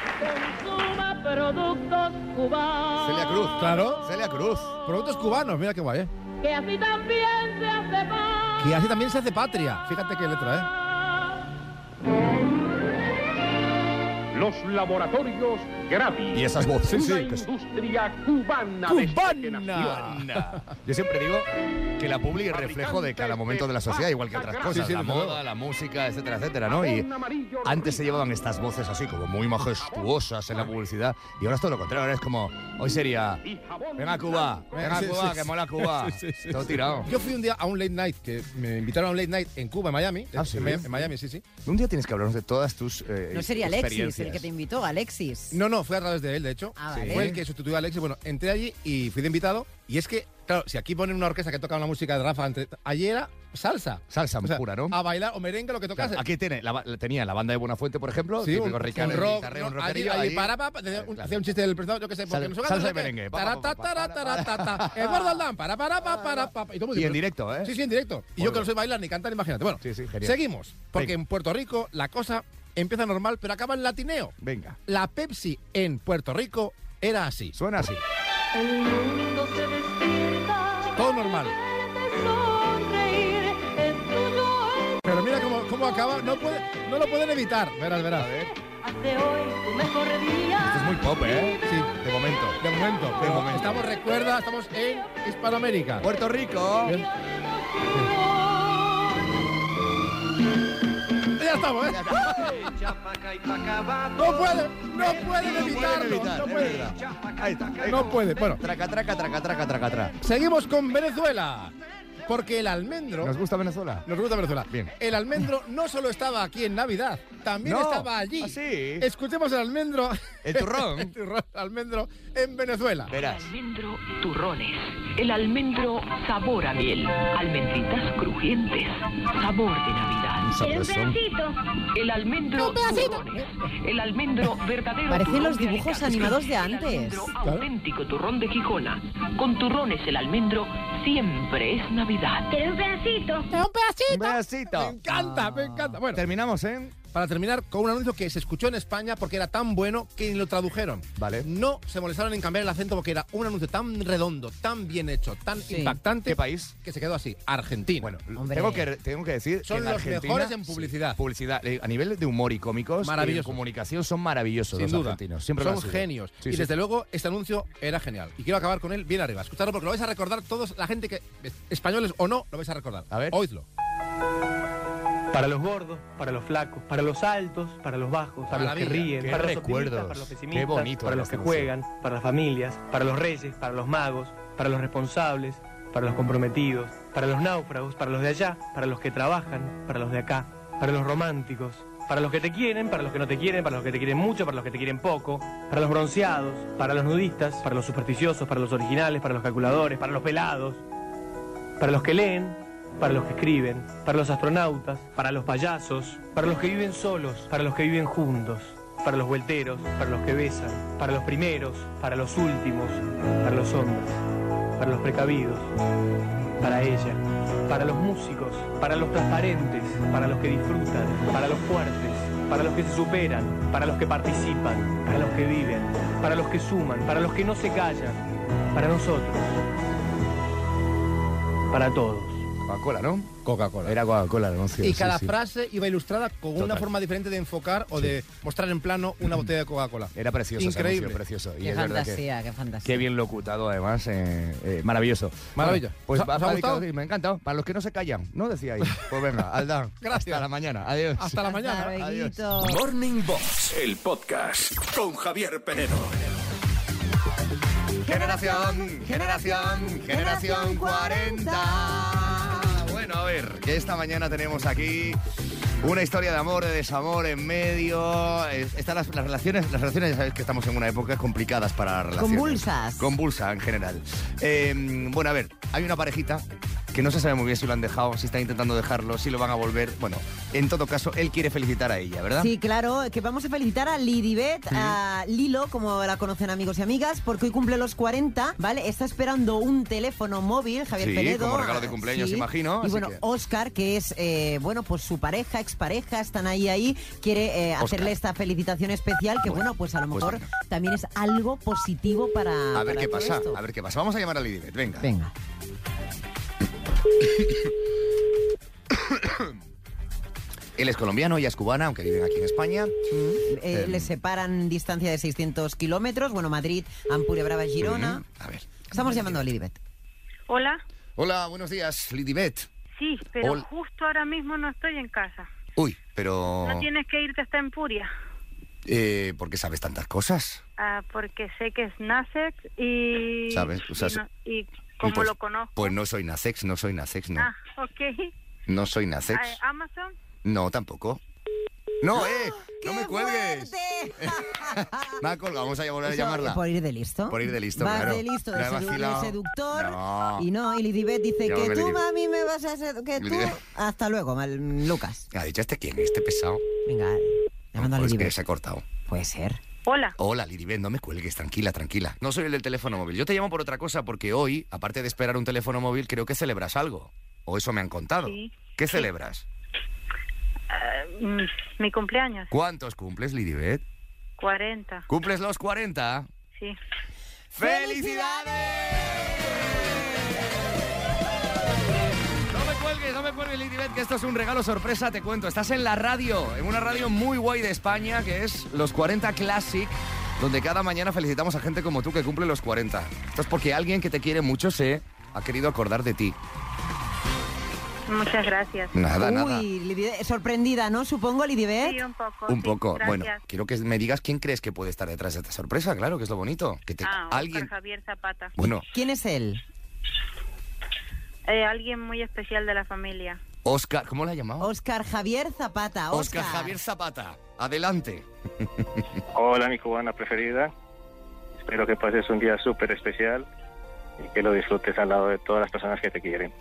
[SPEAKER 6] productos cubanos.
[SPEAKER 2] Celia Cruz.
[SPEAKER 10] Claro.
[SPEAKER 2] Celia Cruz.
[SPEAKER 10] Productos cubanos, mira qué guay, ¿eh?
[SPEAKER 6] Que así también se hace pan.
[SPEAKER 10] Y así también se hace patria. Fíjate qué letra,
[SPEAKER 11] Los laboratorios Gravi.
[SPEAKER 2] Y esas voces.
[SPEAKER 11] Una industria cubana.
[SPEAKER 10] ¿eh?
[SPEAKER 11] desde que nació.
[SPEAKER 10] ¡Cubana!
[SPEAKER 2] Yo siempre digo que la publi es reflejo de cada momento de la sociedad, igual que otras cosas,
[SPEAKER 10] Sí, sí,
[SPEAKER 2] la
[SPEAKER 10] desde
[SPEAKER 2] moda,
[SPEAKER 10] luego.
[SPEAKER 2] la música, etcétera, etcétera, ¿no? Y
[SPEAKER 11] Jabón amarillo
[SPEAKER 2] antes se
[SPEAKER 11] rico.
[SPEAKER 2] llevaban estas voces así como muy majestuosas en la publicidad y ahora es todo lo contrario, ahora es como hoy sería
[SPEAKER 11] Y jabón
[SPEAKER 2] Venga Cuba, venga
[SPEAKER 10] Sí, sí,
[SPEAKER 2] Cuba,
[SPEAKER 10] sí,
[SPEAKER 2] que mola
[SPEAKER 10] sí,
[SPEAKER 2] Cuba.
[SPEAKER 10] sí, sí, sí,
[SPEAKER 2] Todo
[SPEAKER 10] sí.
[SPEAKER 2] tirado.
[SPEAKER 10] Yo fui un día a un late night, que me invitaron a un late night en Cuba, en Miami.
[SPEAKER 2] Ah, ¿sí?
[SPEAKER 10] en, Miami en Miami, sí, sí.
[SPEAKER 2] Un día tienes que hablarnos de todas tus eh,
[SPEAKER 9] No sería Alexis el
[SPEAKER 2] experiencias.
[SPEAKER 9] que te invitó, Alexis.
[SPEAKER 10] No, no, fue a través de él, de hecho.
[SPEAKER 9] Ah, vale.
[SPEAKER 10] Fue el que sustituyó a Alexis. Bueno, entré allí y fui de invitado. Y es que, claro, si aquí ponen una orquesta que toca una música de Rafa, antes, allí era salsa.
[SPEAKER 2] Salsa
[SPEAKER 10] O sea, ah,
[SPEAKER 2] pura, ¿no?
[SPEAKER 10] A bailar o merengue, lo que tocase.
[SPEAKER 2] Claro, aquí tiene, la, la- tenía la banda de Buenafuente, por ejemplo,
[SPEAKER 10] Sí, un,
[SPEAKER 2] típico
[SPEAKER 10] un rock,
[SPEAKER 2] Ricardo,
[SPEAKER 10] ¿no?
[SPEAKER 2] guitarreo, un
[SPEAKER 10] allí,
[SPEAKER 2] rockerillo,
[SPEAKER 10] allí
[SPEAKER 2] ahí.
[SPEAKER 10] paraba, pa,
[SPEAKER 2] Eh,
[SPEAKER 10] hacía un,
[SPEAKER 2] claro.
[SPEAKER 10] hacía un chiste del presentado, yo qué sé,
[SPEAKER 2] Sal-
[SPEAKER 10] porque no sé
[SPEAKER 2] salsa
[SPEAKER 10] cuánto, no
[SPEAKER 2] y
[SPEAKER 10] sé qué.
[SPEAKER 2] merengue, pa, pa,
[SPEAKER 10] Tará,
[SPEAKER 2] pa,
[SPEAKER 10] ta,
[SPEAKER 2] pa,
[SPEAKER 10] tará,
[SPEAKER 2] pa,
[SPEAKER 10] tará,
[SPEAKER 2] pa,
[SPEAKER 10] ta, ta. Eduardo Aldán, para, para, pa, para, pa, pa. Y, todo muy
[SPEAKER 2] Y en
[SPEAKER 10] divertido.
[SPEAKER 2] directo, ¿eh?
[SPEAKER 10] pues, Sí, sí, en directo. Y
[SPEAKER 2] Muy
[SPEAKER 10] yo que
[SPEAKER 2] bien.
[SPEAKER 10] no soy bailar ni cantar, imagínate. Bueno,
[SPEAKER 2] Sí, sí, genial.
[SPEAKER 10] seguimos. Porque
[SPEAKER 2] Venga.
[SPEAKER 10] en Puerto Rico la cosa empieza normal, pero acaba en latineo.
[SPEAKER 2] Venga,
[SPEAKER 10] La Pepsi en Puerto Rico era así.
[SPEAKER 2] suena así.
[SPEAKER 6] El mundo se despierta.
[SPEAKER 10] Todo normal.
[SPEAKER 6] de sonreír. Es tuyo hoy.
[SPEAKER 10] Pero mira cómo, cómo acaba. No, puede, no lo pueden evitar. Verás, verás.
[SPEAKER 6] Hace hoy tu mejor
[SPEAKER 2] Esto es
[SPEAKER 6] día.
[SPEAKER 2] muy pop, ¿eh?
[SPEAKER 10] Sí,
[SPEAKER 2] De momento.
[SPEAKER 10] de momento.
[SPEAKER 2] De
[SPEAKER 10] pero
[SPEAKER 2] momento.
[SPEAKER 10] Estamos, recuerda, estamos en Hispanoamérica.
[SPEAKER 2] Puerto Rico.
[SPEAKER 10] Bien. Ya estamos, ¿eh? No pueden, no pueden evitarlo. no pueden.
[SPEAKER 2] Ahí está.
[SPEAKER 10] No puede. Bueno,
[SPEAKER 2] ¿eh? Traca, traca, traca, traca, traca, traca.
[SPEAKER 10] seguimos con Venezuela. Porque el almendro.
[SPEAKER 2] ¿Nos gusta Venezuela?
[SPEAKER 10] Nos gusta Venezuela.
[SPEAKER 2] Bien.
[SPEAKER 10] El almendro no solo estaba aquí en Navidad, también
[SPEAKER 2] No.
[SPEAKER 10] estaba allí.
[SPEAKER 2] ¿Ah, sí?
[SPEAKER 10] Escuchemos el almendro.
[SPEAKER 2] El turrón.
[SPEAKER 10] el turrón, almendro en Venezuela.
[SPEAKER 2] Verás.
[SPEAKER 11] Almendro turrones. El almendro sabor a miel. Almendritas crujientes. Sabor de Navidad. El almendro
[SPEAKER 9] Un pedacito.
[SPEAKER 11] turrones. El almendro verdadero.
[SPEAKER 9] Parecen
[SPEAKER 11] turrón
[SPEAKER 9] los
[SPEAKER 11] de
[SPEAKER 9] dibujos
[SPEAKER 11] Alicante.
[SPEAKER 9] animados de
[SPEAKER 11] El
[SPEAKER 9] antes.
[SPEAKER 11] almendro
[SPEAKER 9] Claro.
[SPEAKER 11] auténtico turrón de Gijona. Con turrones el almendro siempre es Navidad.
[SPEAKER 2] Un bracito.
[SPEAKER 10] Me encanta, me encanta. Bueno,
[SPEAKER 2] Terminamos, ¿eh?
[SPEAKER 10] para terminar con un anuncio que se escuchó en España porque era tan bueno que ni lo tradujeron.
[SPEAKER 2] Vale.
[SPEAKER 10] No se molestaron en cambiar el acento porque era un anuncio tan redondo, tan bien hecho, tan
[SPEAKER 9] Sí.
[SPEAKER 10] impactante.
[SPEAKER 2] ¿Qué país?
[SPEAKER 10] Que se quedó así, Argentina.
[SPEAKER 2] Bueno, l-
[SPEAKER 9] Hombre.
[SPEAKER 2] tengo que, tengo que decir
[SPEAKER 10] Son
[SPEAKER 2] que en
[SPEAKER 10] los
[SPEAKER 2] Argentina-
[SPEAKER 10] mejores en publicidad.
[SPEAKER 2] Sí, publicidad. Eh, A nivel de humor y cómicos, y de
[SPEAKER 10] Maravilloso.
[SPEAKER 2] comunicación son maravillosos
[SPEAKER 10] sin
[SPEAKER 2] los
[SPEAKER 10] duda.
[SPEAKER 2] argentinos. Siempre lo han
[SPEAKER 10] Son
[SPEAKER 2] sido.
[SPEAKER 10] genios.
[SPEAKER 2] Sí,
[SPEAKER 10] y
[SPEAKER 2] sí.
[SPEAKER 10] desde luego, este anuncio era genial. Y quiero acabar con él bien arriba. Escuchadlo porque lo vais a recordar todos, la gente que, es- españoles o no, lo vais a recordar.
[SPEAKER 2] A ver.
[SPEAKER 10] Oídlo.
[SPEAKER 11] Para los gordos, para los flacos, para los altos, para los bajos, para los que
[SPEAKER 10] Maravilla.
[SPEAKER 11] ríen,
[SPEAKER 2] Qué
[SPEAKER 11] para los
[SPEAKER 2] recuerdos.
[SPEAKER 11] optimistas, para los
[SPEAKER 2] Qué
[SPEAKER 11] pesimistas,
[SPEAKER 2] bonito
[SPEAKER 11] para
[SPEAKER 2] era
[SPEAKER 11] los que
[SPEAKER 2] esta canción.
[SPEAKER 11] juegan, para las familias, para los reyes, para los magos, para los responsables, para los comprometidos, para los náufragos, para los de allá, para los que trabajan, para los de acá, para los románticos, para los que te quieren, para los que no te quieren, para los que te quieren mucho, para los que te quieren poco, para los bronceados, para los nudistas, para los supersticiosos, para los originales, para los calculadores, para los pelados, para los que leen, para los que escriben, para los astronautas, para los payasos, para los que viven solos, para los que viven juntos, para los vuelteros, para los que besan, para los primeros, para los últimos, para los hombres, para los precavidos, para ella, para los músicos, para los transparentes, para los que disfrutan, para los fuertes, para los que se superan, para los que participan, para los que viven, para los que suman, para los que no se callan, para nosotros, para todos.
[SPEAKER 2] Coca-Cola, ¿no?
[SPEAKER 10] Coca-Cola.
[SPEAKER 2] Era Coca-Cola el anuncio. sí,
[SPEAKER 10] Y cada
[SPEAKER 2] sí.
[SPEAKER 10] frase iba ilustrada con una
[SPEAKER 2] Total. Mm.
[SPEAKER 10] forma diferente de enfocar o de mostrar en plano una botella de Coca-Cola.
[SPEAKER 2] Era precioso, ese
[SPEAKER 10] Increíble.
[SPEAKER 2] anuncio, precioso. Y
[SPEAKER 9] Qué
[SPEAKER 2] es verdad que-
[SPEAKER 9] fantasía, qué fantasía.
[SPEAKER 2] Qué bien locutado, además. eh, eh, maravilloso.
[SPEAKER 10] Maravilla.
[SPEAKER 2] Bueno, pues
[SPEAKER 10] ¿Os ha-
[SPEAKER 2] va
[SPEAKER 10] os ha
[SPEAKER 2] para
[SPEAKER 10] gustado?
[SPEAKER 2] Ricardo, me ha encantado. Para los que no se callan, ¿no? Decía ahí. Pues venga, Alda. Gracias. Hasta la mañana. Adiós.
[SPEAKER 10] Hasta la mañana.
[SPEAKER 2] Adiós.
[SPEAKER 1] Morning Box, el podcast con Javier Penedo.
[SPEAKER 2] Generación, generación, generación 40. Bueno, a ver, que esta mañana tenemos aquí una historia de amor, de desamor en medio. Es- Están las, las relaciones, las relaciones ya sabéis que estamos en una época complicadas para las relaciones.
[SPEAKER 9] Convulsas.
[SPEAKER 2] Convulsa en general. Eh, bueno, a ver, hay una parejita que no se sabe muy bien si lo han dejado, si están intentando dejarlo, si lo van a volver. Bueno, en todo caso, él quiere felicitar a ella, ¿verdad?
[SPEAKER 3] Sí, claro, que vamos a felicitar a Lidibet, a Lilo, como la conocen amigos y amigas, porque hoy cumple los 40, ¿vale? Está esperando un teléfono móvil, Javier
[SPEAKER 2] Sí,
[SPEAKER 3] Penedo.
[SPEAKER 2] como regalo de cumpleaños, imagino,
[SPEAKER 3] Y
[SPEAKER 2] así
[SPEAKER 3] bueno,
[SPEAKER 2] que-
[SPEAKER 3] Oscar, que es, eh, bueno, pues su pareja, expareja, están ahí, ahí, quiere eh,
[SPEAKER 2] Óscar.
[SPEAKER 3] hacerle esta felicitación especial, que bueno, pues a lo mejor también es algo positivo para.
[SPEAKER 2] A ver
[SPEAKER 3] para
[SPEAKER 2] qué
[SPEAKER 3] todo
[SPEAKER 2] pasa,
[SPEAKER 3] esto.
[SPEAKER 2] a ver qué pasa. Vamos a llamar a Lidibet, venga.
[SPEAKER 3] Venga.
[SPEAKER 2] Él es colombiano, ella es cubana, aunque viven aquí en España.
[SPEAKER 3] Eh,
[SPEAKER 2] Em.
[SPEAKER 3] les separan distancia de 600 kilómetros, bueno, Madrid, Ampure, Brava, Girona.
[SPEAKER 2] A ver.
[SPEAKER 3] Estamos llamando a Lidibet.
[SPEAKER 12] Hola,
[SPEAKER 2] Hola, buenos días, Lidibet.
[SPEAKER 12] sí, pero
[SPEAKER 2] Hola.
[SPEAKER 12] justo ahora mismo no estoy en casa.
[SPEAKER 2] Uy, pero...
[SPEAKER 12] No tienes que irte hasta Empuria,
[SPEAKER 2] eh, ¿Por qué sabes tantas cosas?
[SPEAKER 12] ah, porque sé que es Nasex y...
[SPEAKER 2] ¿Sabes? O sea,
[SPEAKER 12] y, no- y
[SPEAKER 2] Y
[SPEAKER 12] como
[SPEAKER 2] pues-
[SPEAKER 12] lo conozco.
[SPEAKER 2] Pues no soy Nasex, no soy Nasex, no.
[SPEAKER 12] Ah, ok.
[SPEAKER 2] No soy Nasex.
[SPEAKER 12] Ah, Amazon.
[SPEAKER 2] No, tampoco. No, eh, no me cuelgues. Me ha colgado, vamos a volver a
[SPEAKER 3] Eso, eh,
[SPEAKER 2] llamarla.
[SPEAKER 3] Por ir de listo.
[SPEAKER 2] Por ir de listo,
[SPEAKER 3] Vas
[SPEAKER 2] claro.
[SPEAKER 3] de listo, de,
[SPEAKER 2] La he
[SPEAKER 3] sedu- de
[SPEAKER 2] vacilado.
[SPEAKER 3] seductor.
[SPEAKER 2] No.
[SPEAKER 3] Y no, y Lidibet dice
[SPEAKER 2] Llámame
[SPEAKER 3] que tú,
[SPEAKER 2] Lidibet.
[SPEAKER 3] mami, me vas a seducir. Que tú.
[SPEAKER 2] Lidibet.
[SPEAKER 3] Hasta luego, mal- Lucas.
[SPEAKER 2] Ha dicho este quién, este pesado.
[SPEAKER 3] Venga, llamando a
[SPEAKER 2] Pues
[SPEAKER 3] Lidibet.
[SPEAKER 2] que se ha cortado.
[SPEAKER 3] Puede ser.
[SPEAKER 12] Hola.
[SPEAKER 2] Hola, Lidibet, no me cuelgues, tranquila, tranquila. No soy el del teléfono móvil. Yo te llamo por otra cosa porque hoy, aparte de esperar un teléfono móvil, creo que celebras algo. O eso me han contado.
[SPEAKER 12] Sí.
[SPEAKER 2] ¿Qué celebras?
[SPEAKER 12] Ah, mm, mi cumpleaños,
[SPEAKER 2] ¿Cuántos cumples, Lidibet?
[SPEAKER 12] 40,
[SPEAKER 2] ¿Cumples los 40?
[SPEAKER 12] sí.
[SPEAKER 2] ¡Felicidades! No me cuelgues, no me cuelgues, Lidibet, que esto es un regalo sorpresa, te cuento. Estás en la radio, en una radio muy guay de España, que es Los 40 Classic, donde cada mañana felicitamos a gente como tú que cumple los 40. Esto es porque alguien que te quiere mucho se ha querido acordar de ti.
[SPEAKER 12] Muchas gracias.
[SPEAKER 2] Nada,
[SPEAKER 3] Uy,
[SPEAKER 2] nada.
[SPEAKER 3] Lidibet, sorprendida, ¿no? Supongo, Lidibet.
[SPEAKER 12] Sí, un poco.
[SPEAKER 2] ¿Eh? Un
[SPEAKER 12] sí,
[SPEAKER 2] poco.
[SPEAKER 12] gracias.
[SPEAKER 2] Bueno, quiero que me digas quién crees que puede estar detrás de esta sorpresa, claro, que es lo bonito. Que te,
[SPEAKER 12] Ah, Oscar
[SPEAKER 2] alguien.
[SPEAKER 12] Javier Zapata.
[SPEAKER 2] Bueno,
[SPEAKER 3] ¿Quién es él?
[SPEAKER 12] Eh, alguien muy especial de la familia.
[SPEAKER 2] Oscar, ¿cómo la llamaba?
[SPEAKER 3] Oscar Javier Zapata.
[SPEAKER 2] Oscar
[SPEAKER 3] Oscar.
[SPEAKER 2] Javier Zapata. Adelante.
[SPEAKER 13] Hola, mi cubana preferida. Espero que pases un día súper especial y que lo disfrutes al lado de todas las personas que te quieren.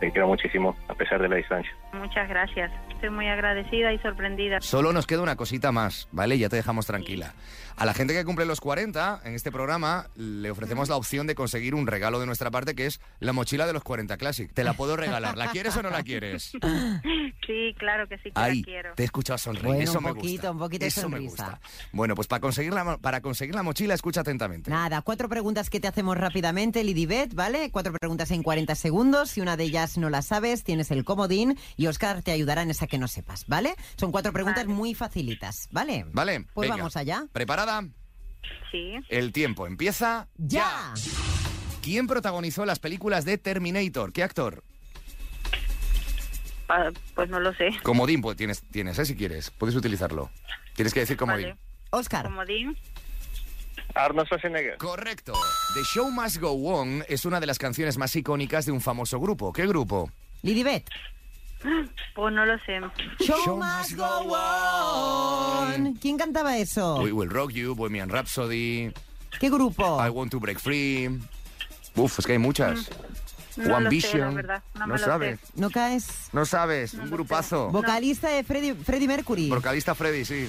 [SPEAKER 13] Te quiero muchísimo, a pesar de la distancia.
[SPEAKER 12] Muchas gracias. Estoy muy agradecida y sorprendida.
[SPEAKER 2] Solo nos queda una cosita más, ¿vale? Ya te dejamos tranquila. A la gente que cumple los 40, en este programa le ofrecemos la opción de conseguir un regalo de nuestra parte, que es la mochila de los 40 Classic. Te la puedo regalar. ¿La quieres o no la quieres?
[SPEAKER 12] Sí, claro que sí que
[SPEAKER 2] Ahí,
[SPEAKER 12] la quiero.
[SPEAKER 2] te he escuchado sonreír.
[SPEAKER 3] Bueno,
[SPEAKER 2] Eso
[SPEAKER 3] un
[SPEAKER 2] me
[SPEAKER 3] poquito,
[SPEAKER 2] gusta.
[SPEAKER 3] un poquito de
[SPEAKER 2] Eso me
[SPEAKER 3] sonrisa.
[SPEAKER 2] gusta. Bueno, pues para conseguir, la, mo- para conseguir la mochila, escucha atentamente.
[SPEAKER 3] Nada, cuatro preguntas que te hacemos rápidamente, Lidibet, ¿vale? Cuatro preguntas en 40 segundos. Si una de ellas no la sabes, tienes el comodín y Oscar te ayudará en esa que no sepas, ¿vale? Son cuatro preguntas muy facilitas, ¿vale?
[SPEAKER 2] ¿Vale?
[SPEAKER 3] Pues
[SPEAKER 2] venga.
[SPEAKER 3] vamos allá.
[SPEAKER 2] ¿Preparada?
[SPEAKER 12] Sí.
[SPEAKER 2] El tiempo empieza.
[SPEAKER 3] ¡Ya!
[SPEAKER 2] ¿Quién protagonizó las películas de Terminator? ¿Qué actor?
[SPEAKER 12] Ah, pues no lo sé.
[SPEAKER 2] Comodín pues, tienes, tienes ¿eh? si quieres. Puedes utilizarlo. Tienes que decir comodín.
[SPEAKER 12] Vale.
[SPEAKER 3] Oscar.
[SPEAKER 12] Comodín.
[SPEAKER 13] Arnold Schwarzenegger.
[SPEAKER 2] Correcto. The Show Must Go On es una de las canciones más icónicas de un famoso grupo. ¿Qué grupo?
[SPEAKER 3] Lidibet.
[SPEAKER 12] Pues no lo sé.
[SPEAKER 3] Show, must go on. ¿Quién cantaba eso?
[SPEAKER 2] We Will Rock You, Bohemian Rhapsody,
[SPEAKER 3] ¿Qué grupo?
[SPEAKER 2] I Want to Break Free. Uf, es que hay muchas.
[SPEAKER 3] Mm. No lo sé,
[SPEAKER 2] One
[SPEAKER 3] la
[SPEAKER 2] Vision.
[SPEAKER 3] verdad, no me
[SPEAKER 2] no
[SPEAKER 3] lo sé.
[SPEAKER 2] sabes.
[SPEAKER 3] No caes.
[SPEAKER 2] No sabes. un grupazo.
[SPEAKER 3] Vocalista de Freddy, Freddie Mercury. Ah.
[SPEAKER 2] Vocalista Freddy, sí.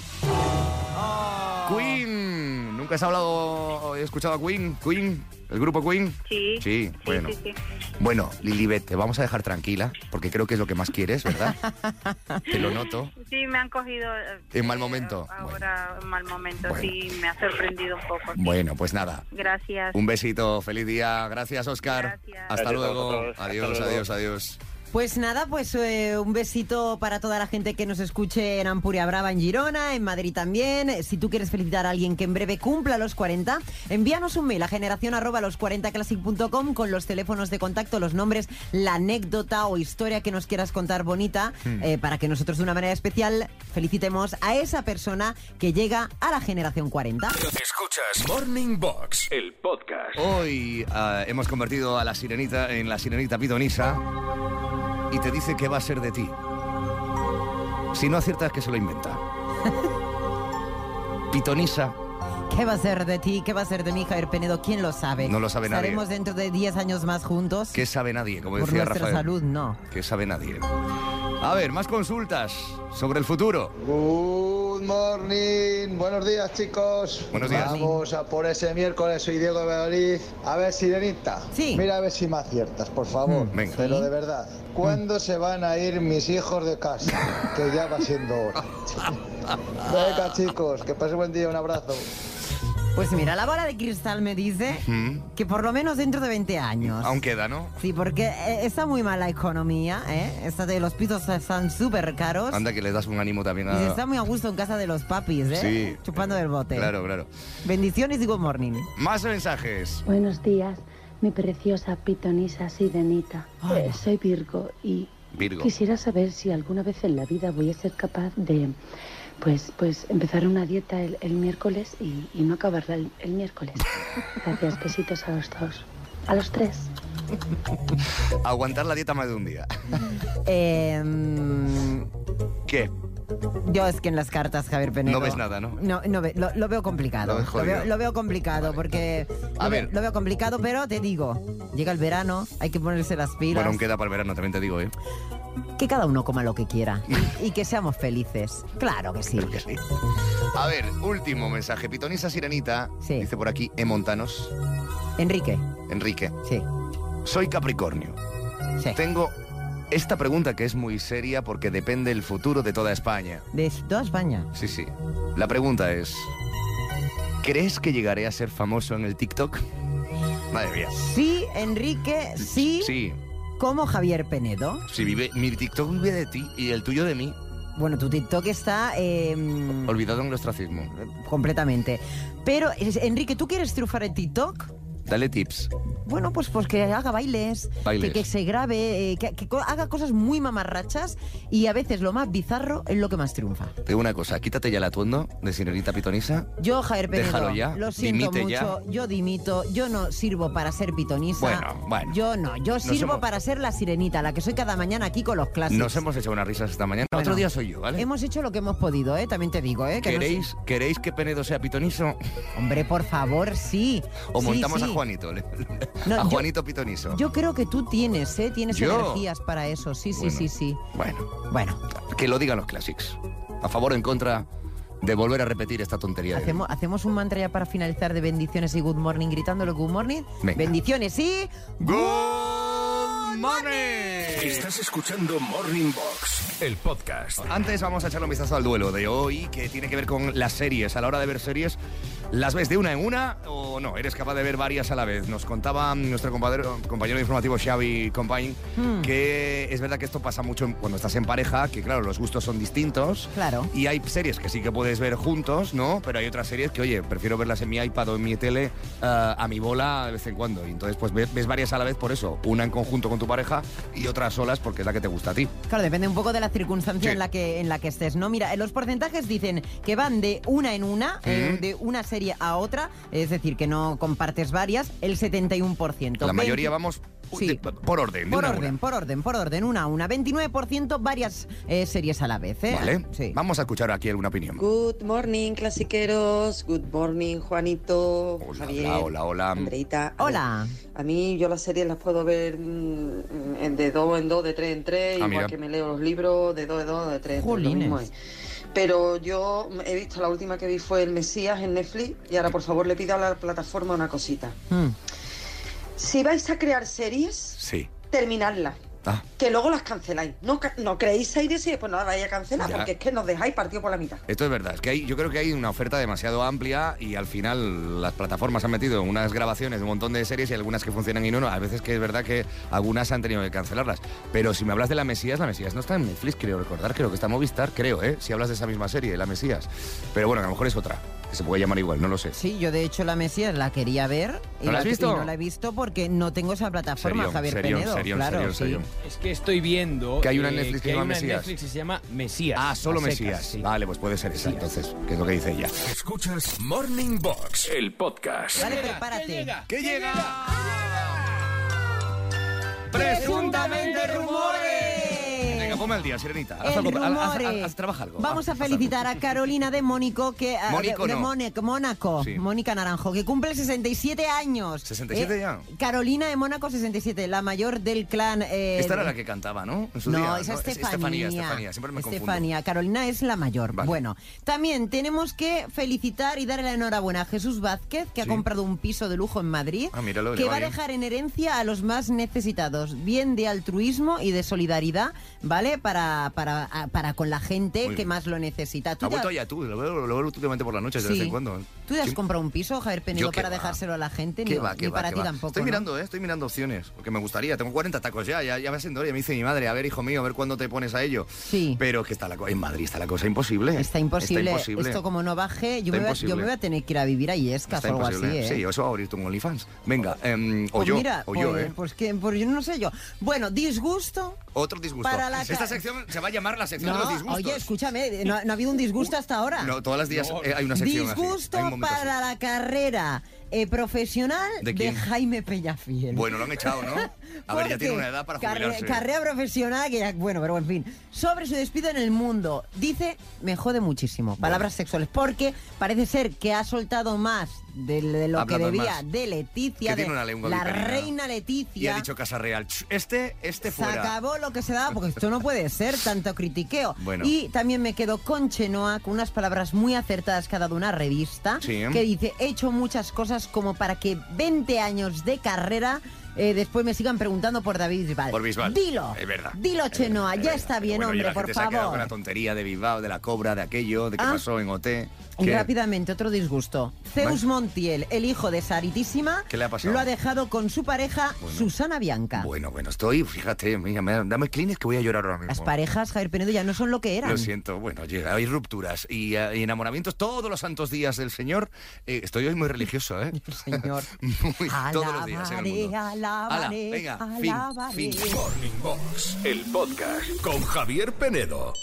[SPEAKER 2] Queen, ¿Nunca has hablado, he escuchado a Queen? ¿Queen? ¿El grupo Queen?
[SPEAKER 12] Sí.
[SPEAKER 2] Sí, bueno.
[SPEAKER 12] sí, sí.
[SPEAKER 2] Bueno, Lilibet, te vamos a dejar tranquila, porque creo que es lo que más quieres, ¿verdad? te lo noto.
[SPEAKER 12] Sí, me han cogido. eh,
[SPEAKER 2] En mal momento.
[SPEAKER 12] Ahora, en mal momento, sí, me ha sorprendido un poco. sí.
[SPEAKER 2] Bueno, pues nada.
[SPEAKER 12] Gracias.
[SPEAKER 2] Un besito, feliz día. Gracias, Oscar. Hasta
[SPEAKER 13] Gracias a
[SPEAKER 2] luego.
[SPEAKER 13] vosotros. Hasta
[SPEAKER 2] Adiós,
[SPEAKER 13] luego.
[SPEAKER 2] adiós, adiós.
[SPEAKER 3] Pues nada, pues eh, un besito para toda la gente que nos escuche en Ampuria Brava, en Girona, en Madrid también. Eh, Si tú quieres felicitar a alguien que en breve cumpla los 40, envíanos un mail a generación arroba los 40classic.com con los teléfonos de contacto, los nombres, la anécdota o historia que nos quieras contar bonita
[SPEAKER 14] Hmm.
[SPEAKER 3] eh, para que nosotros de una manera especial felicitemos a esa persona que llega a la generación 40.
[SPEAKER 1] Escuchas Morning Box, el podcast.
[SPEAKER 2] Hoy ah, hemos convertido a la sirenita en la sirenita pitonisa y te dice qué va a ser de ti. Si no aciertas, que se lo inventa. Pitonisa.
[SPEAKER 3] ¿Qué va a ser de ti? ¿Qué va a ser de mi Javier Penedo? ¿Quién lo sabe?
[SPEAKER 2] No lo sabe nadie.
[SPEAKER 3] Estaremos dentro de 10 años más juntos.
[SPEAKER 2] ¿Qué sabe nadie? Como
[SPEAKER 3] Por
[SPEAKER 2] decía
[SPEAKER 3] nuestra
[SPEAKER 2] Rafael.
[SPEAKER 3] salud, no.
[SPEAKER 2] Que sabe nadie. A ver, más consultas sobre el futuro.
[SPEAKER 10] ¿eh?
[SPEAKER 15] Good morning, buenos días chicos.
[SPEAKER 2] Buenos días.
[SPEAKER 15] Vamos a por ese miércoles, soy Diego de Valladolid. A ver, Sirenita. Sí. Mira a ver si me aciertas, por favor.
[SPEAKER 2] Mm, venga.
[SPEAKER 15] Pero
[SPEAKER 2] Sí.
[SPEAKER 15] de verdad, ¿cuándo se van a ir mis hijos de casa? Que ya va siendo hora.
[SPEAKER 2] Ah.
[SPEAKER 15] venga chicos, que pasen buen día, un abrazo.
[SPEAKER 3] Pues mira, la bola de cristal me dice
[SPEAKER 2] Mm.
[SPEAKER 3] que por lo menos dentro de 20 años.
[SPEAKER 2] Aún queda, ¿no?
[SPEAKER 3] Sí, porque eh, está muy mala economía, ¿eh? Está de los pisos están súper caros.
[SPEAKER 2] Anda que le das un ánimo también
[SPEAKER 3] Y se
[SPEAKER 2] a...
[SPEAKER 3] está muy a gusto en casa de los papis, ¿eh?
[SPEAKER 2] Sí.
[SPEAKER 3] Chupando del bote.
[SPEAKER 2] Claro, claro.
[SPEAKER 3] Bendiciones y good morning.
[SPEAKER 2] Más mensajes.
[SPEAKER 16] Buenos días, mi preciosa pitonisa sirenita. Eh, soy Virgo y
[SPEAKER 2] Virgo.
[SPEAKER 16] quisiera saber si alguna vez en la vida voy a ser capaz de pues, pues empezar una dieta el, el miércoles y, y no acabarla el, el miércoles. Gracias, besitos a los dos. A los tres.
[SPEAKER 2] Aguantar la dieta más de un día.
[SPEAKER 3] Eh, mm,
[SPEAKER 2] ¿Qué?
[SPEAKER 3] yo es que en las cartas, Javier Penedo...
[SPEAKER 2] No ves nada, ¿no?
[SPEAKER 3] No, no ve- lo, lo veo complicado.
[SPEAKER 2] Lo ves jodido.
[SPEAKER 3] veo, lo veo complicado porque...
[SPEAKER 2] A
[SPEAKER 3] lo veo-
[SPEAKER 2] ver.
[SPEAKER 3] Lo veo complicado, pero te digo, llega el verano, hay que ponerse las pilas.
[SPEAKER 2] Bueno, aún queda para el verano, también te digo, ¿eh?
[SPEAKER 3] Que cada uno coma lo que quiera y, y que seamos felices. Claro que sí.
[SPEAKER 2] A ver, último mensaje. Pitonisa Sirenita, dice por aquí, E. Montanos.
[SPEAKER 3] Enrique.
[SPEAKER 2] Enrique.
[SPEAKER 3] Sí.
[SPEAKER 2] Soy Capricornio.
[SPEAKER 3] Sí.
[SPEAKER 2] Tengo esta pregunta que es muy seria porque depende el futuro de toda España.
[SPEAKER 3] De toda España.
[SPEAKER 2] Sí, sí. La pregunta es, ¿crees que llegaré a ser famoso en el TikTok? Madre mía.
[SPEAKER 3] Sí, Enrique, sí,
[SPEAKER 2] Sí.
[SPEAKER 3] como Javier Penedo.
[SPEAKER 2] Si vive, mi TikTok vive de ti y el tuyo de mí.
[SPEAKER 3] Bueno, tu TikTok está eh, mm,
[SPEAKER 2] Olvidado en el ostracismo.
[SPEAKER 3] completamente. Pero, es- Enrique, ¿tú quieres triunfar en TikTok?
[SPEAKER 2] Dale tips.
[SPEAKER 3] Bueno, pues, pues que haga bailes,
[SPEAKER 2] Bailes.
[SPEAKER 3] Que, que se grabe, eh, que, que co- haga cosas muy mamarrachas y a veces lo más bizarro es lo que más triunfa.
[SPEAKER 2] Te digo una cosa, quítate ya el atuendo de Sirenita Pitonisa.
[SPEAKER 3] Yo, Javier Penedo,
[SPEAKER 2] Déjalo ya,
[SPEAKER 3] lo siento
[SPEAKER 2] dimite
[SPEAKER 3] mucho,
[SPEAKER 2] ya.
[SPEAKER 3] yo dimito, yo no sirvo para ser pitonisa.
[SPEAKER 2] Bueno, bueno.
[SPEAKER 3] Yo no, yo
[SPEAKER 2] Nos
[SPEAKER 3] sirvo
[SPEAKER 2] hemos-
[SPEAKER 3] para ser la sirenita, la que soy cada mañana aquí con los clásicos.
[SPEAKER 2] Nos hemos hecho unas risas esta mañana. Otro
[SPEAKER 3] Bueno,
[SPEAKER 2] día soy yo, ¿vale?
[SPEAKER 3] Hemos hecho lo que hemos podido, ¿eh? También te digo, ¿eh? Que no
[SPEAKER 2] ¿Queréis, ¿Queréis que Penedo sea pitoniso?
[SPEAKER 3] Hombre, por favor, sí.
[SPEAKER 2] O
[SPEAKER 3] Sí,
[SPEAKER 2] montamos
[SPEAKER 3] sí.
[SPEAKER 2] a Juanito. le-
[SPEAKER 3] No,
[SPEAKER 2] a
[SPEAKER 3] yo-
[SPEAKER 2] Juanito Pitoniso.
[SPEAKER 3] sé. Yo creo que tú tienes, ¿eh? Tienes
[SPEAKER 2] ¿Yo?
[SPEAKER 3] energías para eso. Sí, sí,
[SPEAKER 2] Bueno.
[SPEAKER 3] sí, sí.
[SPEAKER 2] Bueno.
[SPEAKER 3] Bueno.
[SPEAKER 2] Que lo digan los clásicos. A favor o en contra de volver a repetir esta tontería. de-
[SPEAKER 3] Hacemos, hacemos un mantra ya para finalizar de bendiciones y good morning, gritándolo good morning.
[SPEAKER 2] Venga.
[SPEAKER 3] Bendiciones y...
[SPEAKER 2] Good morning.
[SPEAKER 1] Estás escuchando Morning Box, el podcast.
[SPEAKER 2] Antes vamos a echarle un vistazo al duelo de hoy, que tiene que ver con las series. A la hora de ver series, ¿las ves de una en una o no? ¿Eres capaz de ver varias a la vez? Nos contaba nuestro compañero, compañero informativo Xavi Compain
[SPEAKER 1] Hmm.
[SPEAKER 2] que es verdad que esto pasa mucho en- cuando estás en pareja, que claro, los gustos son distintos.
[SPEAKER 3] Claro.
[SPEAKER 2] Y hay series que sí que puedes ver juntos, ¿no? Pero hay otras series que, oye, prefiero verlas en mi iPad o en mi tele eh, a mi bola de vez en cuando. Y entonces, pues ves, ves varias a la vez por eso. Una en conjunto con tu pareja y otras solas porque es la que te gusta a ti.
[SPEAKER 3] Claro, depende un poco de la circunstancia
[SPEAKER 2] Sí.
[SPEAKER 3] en, la que, en la que estés, ¿no? Mira, eh, los porcentajes dicen que van de una en una, eh,
[SPEAKER 2] Mm.
[SPEAKER 3] de una serie a otra, es decir, que no compartes varias, el 71%.
[SPEAKER 2] La mayoría
[SPEAKER 3] 20
[SPEAKER 2] vamos uy, de- por orden. de
[SPEAKER 3] Por
[SPEAKER 2] una a una.
[SPEAKER 3] orden, por orden, por orden, una a una. 29% varias eh, series a la vez, ¿eh?
[SPEAKER 2] Vale. Vamos a escuchar aquí alguna opinión.
[SPEAKER 17] Good morning, clasiqueros. Good morning, Juanito. Javier.
[SPEAKER 2] Hola, hola, hola.
[SPEAKER 17] Andreita. Hola. A mí yo las series las puedo ver mm, en- de dos en dos, de tres en tres,
[SPEAKER 2] Ah,
[SPEAKER 17] igual
[SPEAKER 2] mira.
[SPEAKER 17] que me leo los libros de dos en dos, de tres en tres. lo
[SPEAKER 2] Jolines.
[SPEAKER 17] mismo es. Pero yo he visto, la última que vi fue El Mesías en Netflix y ahora por favor le pido a la plataforma una cosita.
[SPEAKER 3] Hmm.
[SPEAKER 17] Si vais a crear series,
[SPEAKER 2] Sí.
[SPEAKER 17] terminadlas.
[SPEAKER 2] Ah.
[SPEAKER 17] Que luego las canceláis. No, ca- no creéis series y después no las vais a cancelar
[SPEAKER 2] Ya.
[SPEAKER 17] porque es que nos dejáis partido por la mitad.
[SPEAKER 2] Esto es verdad, es que hay, yo creo que hay una oferta demasiado amplia y al final las plataformas han metido unas grabaciones de un montón de series y algunas que funcionan y no, no. A veces que es verdad que algunas han tenido que cancelarlas. Pero si me hablas de La Mesías, La Mesías no está en Netflix, creo recordar, creo que está en Movistar, creo, ¿eh? Si hablas de esa misma serie, La Mesías. Pero bueno, a lo mejor es otra, que se puede llamar igual, no lo sé.
[SPEAKER 3] Sí, yo de hecho la Mesías la quería ver y,
[SPEAKER 2] ¿No la has
[SPEAKER 3] y
[SPEAKER 2] visto?
[SPEAKER 3] no la he visto porque no tengo esa plataforma,
[SPEAKER 2] Serión,
[SPEAKER 3] Javier
[SPEAKER 2] serión,
[SPEAKER 3] Penedo.
[SPEAKER 2] serión,
[SPEAKER 3] claro,
[SPEAKER 2] serión,
[SPEAKER 3] sí.
[SPEAKER 2] serión.
[SPEAKER 4] Es que estoy viendo
[SPEAKER 2] Que hay una
[SPEAKER 4] eh,
[SPEAKER 2] en Netflix que
[SPEAKER 4] hay
[SPEAKER 2] se llama
[SPEAKER 4] una en
[SPEAKER 2] Mesías.
[SPEAKER 4] Netflix que se llama Mesías.
[SPEAKER 2] Ah, solo
[SPEAKER 4] a secas,
[SPEAKER 2] Mesías.
[SPEAKER 4] sí.
[SPEAKER 2] Vale, pues puede ser esa, entonces, que es lo que dice ella.
[SPEAKER 1] Escuchas Morning Box, el podcast.
[SPEAKER 3] Dale, prepárate.
[SPEAKER 2] ¿Qué llega?
[SPEAKER 3] Presuntamente rumores.
[SPEAKER 2] Venga, ponme al día, Sirenita. Haz
[SPEAKER 3] El
[SPEAKER 2] algo, haz- haz-
[SPEAKER 3] rumore.
[SPEAKER 2] haz- trabaja algo.
[SPEAKER 3] Vamos a felicitar a Carolina de Mónico, que ah,
[SPEAKER 2] Mónico
[SPEAKER 3] de, de
[SPEAKER 2] no.
[SPEAKER 3] Mónaco, Mónaco,
[SPEAKER 2] Sí.
[SPEAKER 3] Mónica Naranjo, que cumple 67 años. Eh,
[SPEAKER 2] 67 ya.
[SPEAKER 3] Carolina de Mónaco 67, la mayor del clan. eh,
[SPEAKER 2] Esta era
[SPEAKER 3] de-
[SPEAKER 2] la que cantaba, ¿no? En su
[SPEAKER 3] no,
[SPEAKER 2] día,
[SPEAKER 3] esa es
[SPEAKER 2] Es
[SPEAKER 3] Estefanía.
[SPEAKER 2] Estefanía, Estefanía, siempre me confundo.
[SPEAKER 3] Estefanía, Carolina es la mayor. Bueno, también tenemos que felicitar y darle la enhorabuena a Jesús Vázquez, que ha
[SPEAKER 2] Sí.
[SPEAKER 3] comprado un piso de lujo en Madrid,
[SPEAKER 2] Ah, míralo, le
[SPEAKER 3] que
[SPEAKER 2] va
[SPEAKER 3] va a
[SPEAKER 2] bien.
[SPEAKER 3] dejar en herencia a los más necesitados, bien de altruismo y de solidaridad, ¿vale? Para, para, a- para con la gente
[SPEAKER 2] Muy
[SPEAKER 3] que
[SPEAKER 2] bien.
[SPEAKER 3] más lo necesita. ¿Tú
[SPEAKER 2] Ha
[SPEAKER 3] te,
[SPEAKER 2] vuelto
[SPEAKER 3] has-
[SPEAKER 2] ya tú, lo veo, lo veo últimamente por las noches de
[SPEAKER 3] Sí.
[SPEAKER 2] vez en cuando.
[SPEAKER 3] tú te has comprado un piso, Javier Penedo,
[SPEAKER 2] Yo qué
[SPEAKER 3] para
[SPEAKER 2] va.
[SPEAKER 3] dejárselo a la gente?
[SPEAKER 2] ¿Qué
[SPEAKER 3] ni,
[SPEAKER 2] va, qué
[SPEAKER 3] ni
[SPEAKER 2] va,
[SPEAKER 3] para
[SPEAKER 2] qué
[SPEAKER 3] ti
[SPEAKER 2] va?
[SPEAKER 3] tampoco,
[SPEAKER 2] Estoy
[SPEAKER 3] ¿no?
[SPEAKER 2] mirando, eh, estoy mirando opciones, porque me gustaría. Tengo 40 tacos ya, ya, ya va siendo hora. Ya me dice mi madre, a ver, hijo mío, a ver cuándo te pones a ello.
[SPEAKER 3] Sí.
[SPEAKER 2] Pero es que está la cosa, en Madrid está la cosa imposible.
[SPEAKER 3] Está imposible.
[SPEAKER 2] Está imposible.
[SPEAKER 3] Esto como no baje, yo
[SPEAKER 2] Está
[SPEAKER 3] me, voy a, yo
[SPEAKER 2] imposible.
[SPEAKER 3] me voy a tener que ir a vivir a Yescas
[SPEAKER 2] Está
[SPEAKER 3] o algo así,
[SPEAKER 2] imposible.
[SPEAKER 3] ¿eh?
[SPEAKER 2] Sí, eso va a abrir tu OnlyFans. Venga, em, o
[SPEAKER 3] Pues
[SPEAKER 2] yo,
[SPEAKER 3] mira,
[SPEAKER 2] o
[SPEAKER 3] pues,
[SPEAKER 2] yo, ¿eh?
[SPEAKER 3] Pues, que, pues yo no sé yo. Bueno, disgusto.
[SPEAKER 2] Otro disgusto.
[SPEAKER 3] Para la
[SPEAKER 2] Esta
[SPEAKER 3] ca-
[SPEAKER 2] sección se va a llamar la sección de los
[SPEAKER 3] No,
[SPEAKER 2] disgustos.
[SPEAKER 3] oye, escúchame, no, no ha habido un disgusto hasta ahora.
[SPEAKER 2] No, todas las días eh, hay una sección así.
[SPEAKER 3] Disgusto
[SPEAKER 2] Hay un momento así.
[SPEAKER 3] para la carrera eh, profesional
[SPEAKER 2] ¿De
[SPEAKER 3] de,
[SPEAKER 2] quién?
[SPEAKER 3] Jaime Peñafiel.
[SPEAKER 2] Bueno, lo han echado, ¿no? A ver, ya tiene una edad para
[SPEAKER 3] Carre-
[SPEAKER 2] jubilarse.
[SPEAKER 3] carrera profesional que ya, bueno, pero en fin. Sobre su despido en el mundo, dice, me jode muchísimo, palabras sexuales, porque parece ser que ha soltado más de, de lo
[SPEAKER 2] Ha
[SPEAKER 3] que
[SPEAKER 2] hablado
[SPEAKER 3] debía
[SPEAKER 2] más.
[SPEAKER 3] de Leticia,
[SPEAKER 2] Que
[SPEAKER 3] de
[SPEAKER 2] tiene una lengua
[SPEAKER 3] la
[SPEAKER 2] viperina.
[SPEAKER 3] reina
[SPEAKER 2] Y
[SPEAKER 3] Leticia.
[SPEAKER 2] ha dicho Casa Real. "Ch, Este, este
[SPEAKER 3] Se
[SPEAKER 2] fuera.
[SPEAKER 3] acabó lo que se daba, porque esto no puede ser, tanto critiqueo.
[SPEAKER 2] Bueno.
[SPEAKER 3] Y también me quedo con Chenoa, con unas palabras muy acertadas que ha dado una revista,
[SPEAKER 2] Sí.
[SPEAKER 3] que dice, he hecho muchas cosas como para que 20 años de carrera eh, después me sigan preguntando por David Bisbal.
[SPEAKER 2] Por Bisbal.
[SPEAKER 3] Dilo.
[SPEAKER 2] Es verdad.
[SPEAKER 3] Dilo, Chenoa, ya está bien,
[SPEAKER 2] Bueno, oye,
[SPEAKER 3] hombre,
[SPEAKER 2] la
[SPEAKER 3] por
[SPEAKER 2] gente se ha quedado con la
[SPEAKER 3] favor.
[SPEAKER 2] tontería de Bilbao, de la cobra, de aquello, de qué
[SPEAKER 3] Ah.
[SPEAKER 2] pasó en OT.
[SPEAKER 3] Y
[SPEAKER 2] ¿Qué?
[SPEAKER 3] rápidamente, otro disgusto. Zeus Montiel, el hijo de Saritísima,
[SPEAKER 2] ¿Qué le ha pasado?
[SPEAKER 3] lo ha dejado con su pareja, Susana Bianca.
[SPEAKER 2] Bueno, bueno, estoy, fíjate, mira, me- dame clines que voy a llorar ahora mismo.
[SPEAKER 3] Las parejas, Javier Penedo, ya no son lo que eran.
[SPEAKER 2] Lo siento, bueno, oye, hay rupturas y, eh, y enamoramientos todos los santos días del Señor. Eh, estoy hoy muy religioso, ¿eh?
[SPEAKER 3] Señor.
[SPEAKER 2] muy, todos los días en el mundo.
[SPEAKER 1] Morning Box, el podcast con Javier Penedo.